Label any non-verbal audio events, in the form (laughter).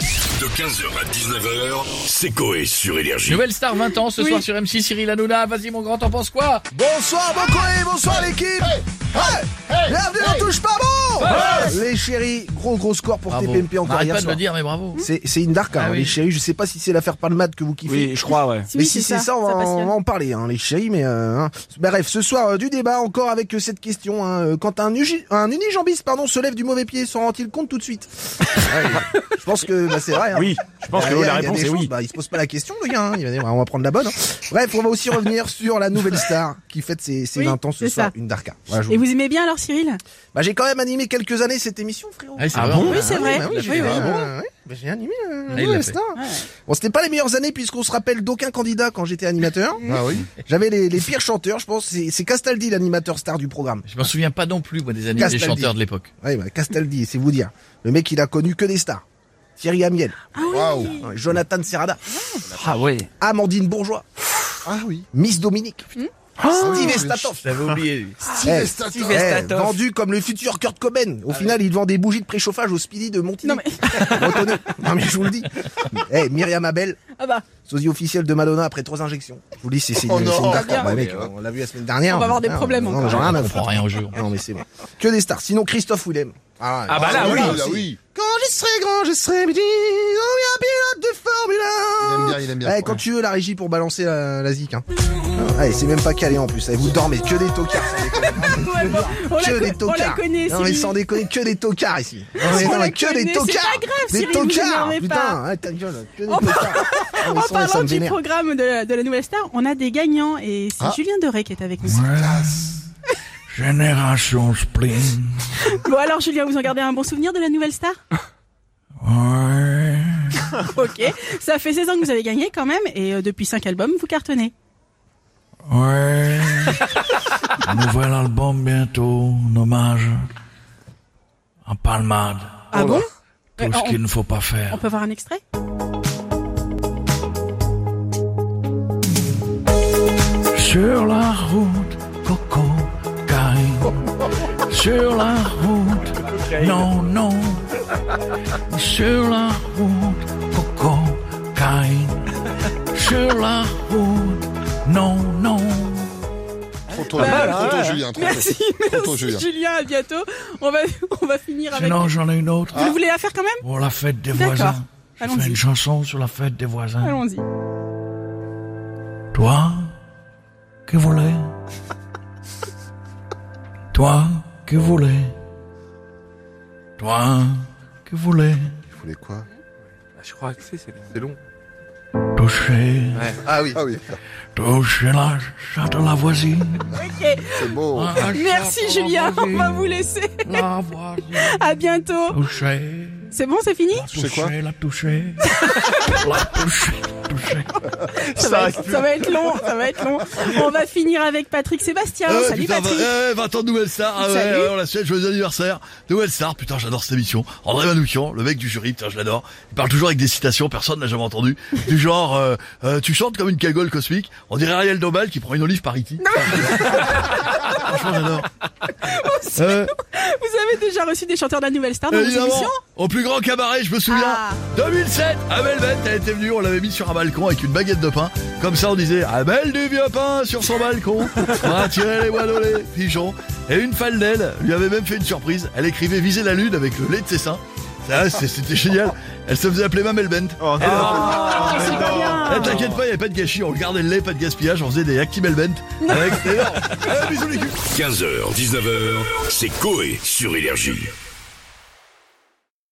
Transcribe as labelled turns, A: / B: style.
A: De 15h à 19h, c'est Coé sur Énergie.
B: Nouvelle star 20 ans ce soir sur M6 Cyril Hanouna. Vas-y mon grand, t'en penses quoi
C: Bonsoir mon colis, bonsoir l'équipe Bienvenue on Touche pas bon Les chéris, gros gros score pour
B: Bravo.
C: TPMP encore
B: Arrête
C: hier
B: pas de
C: soir.
B: le dire, mais
D: Mmh.
B: bravo.
C: C'est c'est une dark, hein,
B: Ah oui.
C: les chéris. Je sais pas si c'est l'affaire Palmade que vous kiffez.
E: Oui, je crois, ouais.
C: Mais si c'est ça, on, va,
F: passionne.
C: on va en parler, hein, les chéris. Mais euh, hein. bref, ce soir euh, du débat encore avec euh, cette question hein, euh, quand un, ugi- un unijambiste pardon se lève du mauvais pied, s'en rend-il compte tout
B: (laughs)
C: de suite Ouais, Je pense que bah, c'est vrai. hein.
E: Oui, je pense que
C: Derrière,
E: la
C: il y a
E: réponse
C: des
E: est
C: choses,
E: oui.
C: bah, il se pose pas la question, le gars. hein. Il va dire, on va prendre la bonne. hein. Bref, on va aussi revenir sur la nouvelle star qui fête ses, ses
F: Oui,
C: 20 ans ce
F: c'est
C: soir,
F: ça.
C: une Darka. Voilà, je vous-
F: Et vous aimez bien alors Cyril
C: Bah, j'ai quand même animé quelques années cette émission, frérot.
B: Ah, c'est
E: Ah
B: vrai,
E: bon
B: on a-
F: Oui, c'est vrai.
C: bah
B: oui,
C: j'ai
B: oui,
C: fait,
B: oui.
C: euh, ouais, bah, j'ai animé euh,
B: Ah, il
C: Nouvelle
B: l'a fait.
C: Star.
F: Ouais.
C: Bon, c'était pas les meilleures années puisqu'on se rappelle d'aucun candidat quand j'étais animateur. J'avais les, les pires chanteurs, je pense. C'est c'est Castaldi, l'animateur star du programme.
B: Je m'en souviens pas non plus, moi, des années des
C: Castaldi.
B: chanteurs de l'époque.
C: Ouais, bah, Castaldi, c'est vous dire. Le mec, il a connu que des stars. Thierry Amiel,
F: Ah oui.
C: Jonathan Serrada,
E: Ah ouais.
C: Amandine Bourgeois,
G: Ah oui. Ah,
C: Miss Dominique,
F: Hmm
C: Steve Estatov.
B: J'avais oublié.
F: Ah,
G: Steve
C: Eh,
G: Estatov.
C: Eh, vendu comme le futur Kurt Cobain.
G: Ah
C: Au final, il vend des bougies de préchauffage au Speedy de Montigny.
F: Non mais
C: (laughs) Retenez. Non, mais je vous le
F: (laughs)
C: dis. Eh, Myriam Abel,
F: ah bah
C: sosie officielle de Madonna après trois injections. Je vous le dis, c'est c'est une,
G: Oh
C: c'est une
G: non.
C: tarte,
F: Bien.
C: bah, mec,
G: hein.
C: on l'a vu la semaine dernière.
F: On va avoir des
C: Non,
F: problèmes
C: non,
F: encore.
C: j'en ai rien à
B: On prend
C: foutre.
B: rien au
D: (laughs)
B: jeu.
C: Non, mais c'est bon. Que des stars. Sinon, Christophe Willem. Ah,
E: Ah bah là,
G: Ah
E: oui.
G: là, oui.
C: Quand je serai grand, je serai midi. Oh, bien pilote de
G: Il
C: Formule 1.
G: aime bien, il aime bien.
C: Eh, quand tu veux la régie pour balancer la, la zik. Hein. Ah, et c'est même pas calé en plus. Eh, vous dormez que des tocards. sans déconner.
F: ouais, bon, on,
C: que
F: la
C: des
F: co- on la
C: tocards.
F: connaît
C: non mais
F: Cyril.
C: sans déconner, que des tocards ici. Non, mais
F: On
C: non,
F: la
C: que des
F: connaît, c'est
C: tocards.
F: pas grave,
C: des
F: Cyril, vous
C: tocards.
F: énervez
C: Putain,
F: pas.
C: ouais, ta gueule, que des
F: En
C: tocards. Ah, mais
F: En
C: sans- ça
F: parlant
C: me
F: du
C: vénère.
F: programme de, de la Nouvelle Star, on a des gagnants et c'est
G: Ah.
F: Julien Doré qui est avec nous.
H: Génération Spleen.
F: Bon alors Julien, vous en gardez un bon souvenir de la Nouvelle
G: (laughs)
F: Star
H: Ouais.
F: Ok. Ça fait 16 ans que vous avez gagné quand même et euh, depuis 5 albums, vous cartonnez.
G: Oh
A: (laughs)
H: Ouais. Nouvel album bientôt, un hommage. En palmade.
F: Ah bon
H: Tout
F: Ouais,
H: ce
F: on-
H: qu'il ne faut pas
F: On
H: faire.
F: peut voir un extrait
H: Sur la route, Coco,
F: (laughs)
H: Karine. Sur la route, non, non. Sur la route, Coco,
F: (laughs)
H: Karine. Sur la route, non, non.
G: Trop tôt,
F: Bah,
G: Julien,
F: là,
G: trop tôt,
E: ouais.
G: Julien. trop tôt.
F: Merci,
G: Trop tôt,
F: merci
G: Julien.
F: Julien, à bientôt. On va, (laughs) on va finir avec...
H: Sinon, j'en ai une autre.
F: Vous voulez la faire quand même
H: Pour la fête des
F: D'accord.
H: voisins. Je fais
F: Allons-y.
H: une chanson sur la fête des voisins.
F: Allons-y.
H: Toi qui voulais. Toi qui voulais. Toi qui voulais
G: Vous voulez quoi
E: Bah, Je crois que c'est, c'est long.
H: toucher,
G: Ah oui. Ah oui.
H: toucher la chatte de la voisine.
F: Ok.
G: C'est beau.
H: La chatte
F: Merci
H: de la
F: Julien, on
H: voisine.
F: va vous laisser.
H: La voisine.
F: À bientôt.
G: Ah.
H: Toucher.
F: C'est bon, c'est fini
G: Tu sais quoi
H: Toucher, la toucher.
F: Ah,
H: la toucher, toucher.
F: ça va, être, ça va être long, ça va être long. On va finir avec Patrick Sébastien.
D: Ouais,
F: Salut
D: putain,
F: Patrick.
D: va- eh, 20 ans de Nouvelle Star. Ah ouais,
F: Salut.
D: ouais, on la souhaite joyeux anniversaire. Nouvelle Star, putain, j'adore cette émission. André Manoukian, le mec du jury, putain, je l'adore. Il parle toujours avec des citations, personne n'a jamais entendu. Du genre, euh, euh, tu chantes comme une cagole cosmique. On dirait Ariel Dombal qui prend une olive par Iti. Franchement, j'adore. Euh,
F: Vous avez déjà reçu des chanteurs de la Nouvelle Star dans vos
D: évidemment,
F: émissions
D: au plus grand cabaret, je me souviens.
F: Ah.
D: 2007, Abel Bent elle était venue, on l'avait mis sur un balcon avec une baguette de pain. Comme ça, on disait Abel du vieux pain sur son
F: (laughs)
D: balcon pour attirer les oies les pigeons. Et une fan d'elle lui avait même fait une surprise. Elle écrivait Viser la lune avec le lait de ses seins. Ça, c'est- c'était génial. Elle se faisait appeler Mamel Bent.
E: Oh,
D: Et alors,
F: Ah, c'est pas bien.
D: eh, T'inquiète pas, il n'y avait pas de gâchis. On gardait le lait, pas de gaspillage. On faisait des Actimel Bent.
F: (laughs)
D: Avec, c'était énorme. Eh, bisous les culs.
A: 15h, 19h, c'est Coé sur Énergie.